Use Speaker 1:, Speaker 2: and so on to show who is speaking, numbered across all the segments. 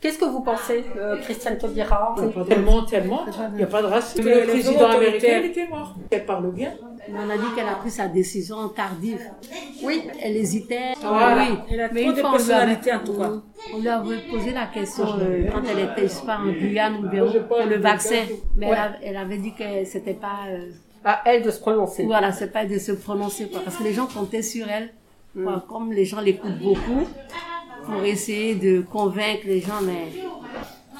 Speaker 1: Qu'est-ce que vous pensez, euh, Christiane Taubira
Speaker 2: Tellement, tellement. Il n'y a pas de racisme. Le président américain, il était mort. Elle parle bien.
Speaker 3: On a dit qu'elle a pris sa décision tardive.
Speaker 1: Oui.
Speaker 3: Elle hésitait.
Speaker 2: Voilà.
Speaker 3: Oui.
Speaker 4: Ah, Elle a
Speaker 3: Mais
Speaker 4: trop
Speaker 3: une
Speaker 4: de
Speaker 3: fois, on lui avait-
Speaker 4: personnalité, en tout cas. Ah,
Speaker 3: On lui avait posé la question euh, quand elle était, je sais pas, en Guyane ou bien
Speaker 2: Je parle
Speaker 3: pour le
Speaker 2: de
Speaker 3: vaccin.
Speaker 2: quelqu'un
Speaker 3: Mais
Speaker 1: Ouais.
Speaker 3: elle, avait- elle avait dit que c'était pas, euh,
Speaker 1: À elle de se prononcer.
Speaker 3: voilà, c'est pas de se prononcer quoi, parce que les gens comptaient sur elle.
Speaker 4: Mm.
Speaker 3: Enfin, Comme les gens l'écoutent beaucoup pour essayer de convaincre les gens, mais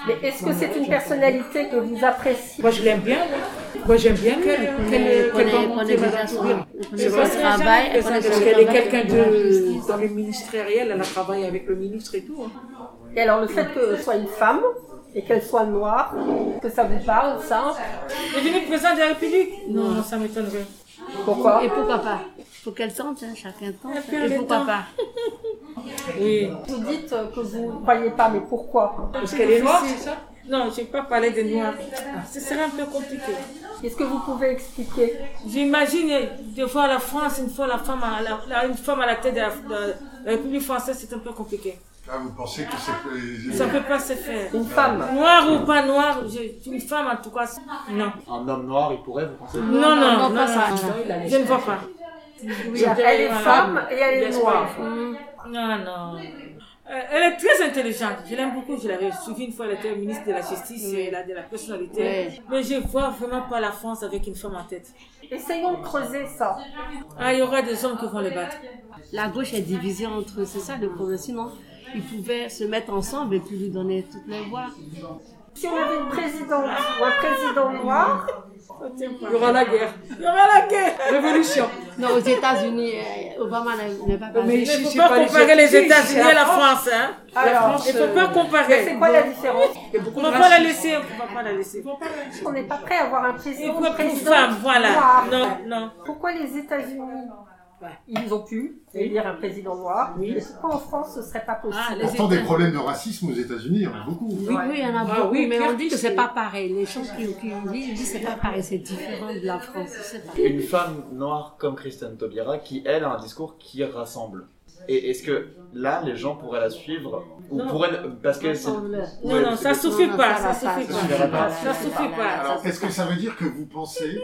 Speaker 1: Mais est-ce que c'est une personnalité que vous appréciez
Speaker 2: Moi, je l'aime bien. oui. Moi, j'aime bien qu'elle.
Speaker 3: on
Speaker 2: qu'elle-
Speaker 3: est,
Speaker 2: qu'elle soit
Speaker 3: on
Speaker 2: montée,
Speaker 3: est
Speaker 2: Madame
Speaker 3: déjà son,
Speaker 2: Tourelle.
Speaker 3: on
Speaker 2: C'est
Speaker 3: est
Speaker 2: vrai.
Speaker 3: son travail, on est
Speaker 2: Parce
Speaker 3: son
Speaker 2: qu'elle est
Speaker 3: travail.
Speaker 2: quelqu'un de. Dans le ministériel, elle a travaillé avec le ministre et tout. hein.
Speaker 1: Et alors le fait que ce soit une femme et qu'elle soit noire, que ça vous parle, ça
Speaker 4: Devenir président de la République Non, ça m'étonnerait.
Speaker 1: Pourquoi
Speaker 3: Et pourquoi pas Faut qu'elle tente, hein, chacun tente.
Speaker 4: Elle
Speaker 3: hein.
Speaker 4: fait
Speaker 3: Et
Speaker 4: le
Speaker 3: pourquoi
Speaker 4: temps.
Speaker 3: pas
Speaker 4: Oui.
Speaker 1: Vous dites euh, que vous ne croyez pas, mais pourquoi
Speaker 2: Parce qu'elle est noire, c'est ça
Speaker 4: Non, je ne vais pas parler de noirs. Ce serait un peu compliqué.
Speaker 1: Est-ce que vous pouvez expliquer
Speaker 4: J'imagine de voir la France, une fois la femme à la, la- une femme à la tête de la, de la République française, c'est un peu compliqué.
Speaker 5: Là, Ah, vous pensez que c'est.
Speaker 4: Ça ne peut pas se faire.
Speaker 1: Une femme
Speaker 4: Noir ou pas noir, je- une femme en tout cas, non.
Speaker 6: Un homme noir, il pourrait, vous pensez
Speaker 4: Non,
Speaker 3: non,
Speaker 4: non, non, non,
Speaker 3: pas ça.
Speaker 4: non. je ne vois pas.
Speaker 1: Elle est
Speaker 4: Voilà.
Speaker 1: femme et elle est noire. Mm.
Speaker 4: Non, non. Euh, elle est très intelligente. Je l'aime beaucoup. Je l'avais suivie une fois. Elle était ministre de la Justice et elle a de la personnalité.
Speaker 3: Ouais.
Speaker 4: Mais je vois vraiment pas la France avec une femme en tête.
Speaker 1: Essayons de creuser ça.
Speaker 4: Ah, il y aura des hommes qui vont les battre.
Speaker 3: La gauche est divisée entre eux, c'est ça le problème. Sinon, ils pouvaient se mettre ensemble et puis lui donner toutes les voix.
Speaker 1: Si on avait une présidente ou un président noir,
Speaker 2: Il y aura la guerre.
Speaker 4: Il y aura la guerre.
Speaker 2: Révolution.
Speaker 3: Non, aux États-Unis, euh, Obama n'est n'est pas
Speaker 2: Mais
Speaker 3: passé.
Speaker 4: Il ne
Speaker 2: je- je
Speaker 4: faut
Speaker 2: sais
Speaker 4: pas comparer les
Speaker 2: Si, c'est
Speaker 4: États-Unis à la France. Hein.
Speaker 2: La
Speaker 1: alors,
Speaker 2: France,
Speaker 4: Il ne faut pas
Speaker 2: euh,
Speaker 1: c'est
Speaker 4: comparer.
Speaker 1: quoi la différence
Speaker 2: il y a beaucoup
Speaker 4: On
Speaker 2: de
Speaker 4: ne va pas la
Speaker 2: racisme.
Speaker 4: laisser. On ne va pas la laisser.
Speaker 1: On n'est pas prêt à avoir un
Speaker 4: Il
Speaker 1: président
Speaker 4: faut
Speaker 1: ou
Speaker 4: être une
Speaker 1: présidente
Speaker 4: femme. Voilà.
Speaker 1: noire.
Speaker 4: Non, non.
Speaker 1: Pourquoi les États-Unis ils ont pu élire un président noir, mais pourquoi en France ce serait pas possible
Speaker 3: Ah, les
Speaker 5: Pourtant, des
Speaker 3: États-
Speaker 5: problèmes de racisme aux États-Unis, il y en a beaucoup.
Speaker 3: Oui, oui, il y en a
Speaker 2: Ah
Speaker 3: beaucoup,
Speaker 2: oui,
Speaker 3: mais on
Speaker 2: Pierre
Speaker 3: dit que
Speaker 2: Diche,
Speaker 3: c'est
Speaker 2: oui.
Speaker 3: pas pareil. Les gens qui, qui ont dit, ils disent c'est pas pareil, c'est différent de la France. Je sais pas.
Speaker 6: Une femme noire comme Christiane Taubira qui, elle, a un discours qui rassemble. Et est-ce que là, les gens pourraient la suivre Ou
Speaker 4: Non.
Speaker 6: pourraient. le- Parce qu'elle. c'est-
Speaker 4: Non,
Speaker 6: Ouais,
Speaker 4: non, ça
Speaker 6: c'est-
Speaker 4: suffit
Speaker 3: Non,
Speaker 4: pas.
Speaker 3: ça
Speaker 4: Ça
Speaker 3: va pas,
Speaker 4: suffit
Speaker 6: ça
Speaker 4: pas.
Speaker 6: suffit pas.
Speaker 4: Ça suffit pas.
Speaker 5: Alors, est-ce que ça veut dire que vous pensez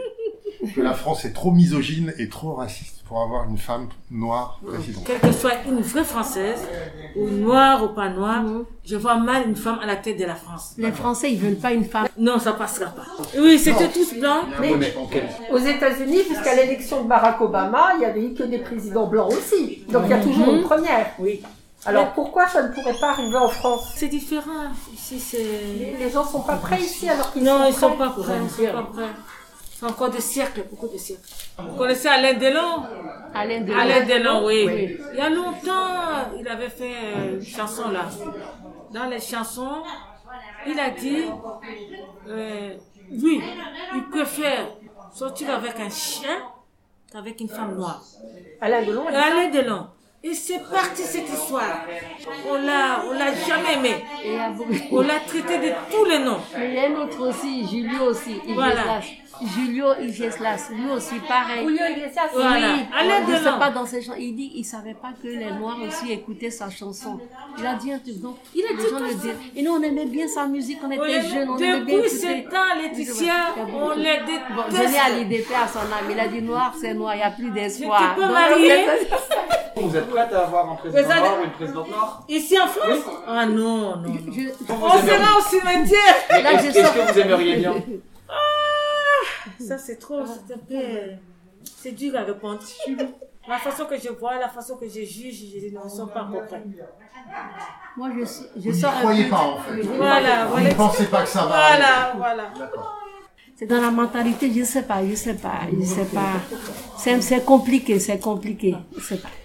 Speaker 5: que la France est trop misogyne et trop raciste pour avoir une femme noire présidente
Speaker 4: Quelle que soit une vraie Française, ou noire ou pas noire, je vois mal une femme à la tête de la France.
Speaker 3: Les Français, ils veulent pas une femme.
Speaker 4: Non, ça passera pas. Oui, c'était tous blancs.
Speaker 5: Oui, mais quel-
Speaker 1: Aux États-Unis, jusqu'à l'élection de Barack Obama, il n'y avait eu que des présidents blancs aussi. Donc il y a toujours une première.
Speaker 4: Mhm. Oui.
Speaker 1: Alors pourquoi ça ne pourrait pas arriver en France
Speaker 4: C'est différent. Ici, c'est.
Speaker 1: les, les gens sont pas prêts ici alors qu'ils
Speaker 4: Non, ils
Speaker 1: sont
Speaker 4: sont
Speaker 1: prêts.
Speaker 4: pas prêts. Ils sont pas prêts. C'est encore des siècles, beaucoup de siècles. Vous connaissez Alain Delon
Speaker 3: Alain Delon.
Speaker 4: Alain Delon, oui. Il y a longtemps, il avait fait euh, une chanson là. Dans les chansons, il a dit euh, lui, il préfère sortir avec un chien qu'avec une femme noire.
Speaker 1: Alain Delon, elle-
Speaker 4: Alain Delon. Et c'est parti cette histoire. On l'a, on l'a jamais aimé.
Speaker 3: Et il y a beaucoup-
Speaker 4: On l'a traité de tous les noms.
Speaker 3: Mais il y a un autre aussi, Julio aussi, Iglesias.
Speaker 4: Voilà.
Speaker 3: Julio Iglesias, lui aussi, pareil.
Speaker 1: Julio Iglesias,
Speaker 4: Voilà.
Speaker 3: Oui,
Speaker 4: Allez
Speaker 3: on ne
Speaker 4: dedans.
Speaker 3: sait pas dans ses chansons. Il dit il savait pas que les Noirs aussi écoutaient sa chanson. Il a dit un truc. Donc, il a dit Et nous, on aimait bien sa musique, on
Speaker 4: On
Speaker 3: était
Speaker 4: les-
Speaker 3: jeunes, on aimait bien
Speaker 4: Depuis
Speaker 3: écouter.
Speaker 4: ce temps, Laetitia, on les
Speaker 3: Bon, Johnny a
Speaker 4: déteste.
Speaker 3: l'idée à son âme. Il a dit noir, c'est noir, il n'y a plus d'espoir.
Speaker 4: J'étais pas
Speaker 3: Donc,
Speaker 4: mariée.
Speaker 6: Vous êtes prête à avoir un président
Speaker 4: Mais ça-
Speaker 6: noir ou une présidente noire
Speaker 4: Ici en France Ah non, non. non.
Speaker 3: je-
Speaker 4: On sera au cimetière.
Speaker 6: Mais
Speaker 3: Là,
Speaker 6: est-ce
Speaker 3: je
Speaker 6: est-ce
Speaker 3: sors.
Speaker 6: que vous aimeriez bien
Speaker 4: Ça, c'est trop, c'est un peu. euh, C'est dur à répondre. La façon que je vois, la façon que je juge, je dis non, ils ne sont pas encore prêts.
Speaker 3: moi, je, suis- je
Speaker 5: Vous n'y
Speaker 3: sors un
Speaker 5: croyez
Speaker 3: peu.
Speaker 5: pas, en fait.
Speaker 4: Voilà,
Speaker 5: Vous ne
Speaker 4: voilà.
Speaker 5: pensez pas que ça va
Speaker 4: Voilà, voilà.
Speaker 5: arriver. D'accord.
Speaker 3: C'est dans la mentalité, je sais pas, je sais pas, je sais pas. C'est c'est compliqué, c'est compliqué. Je sais pas.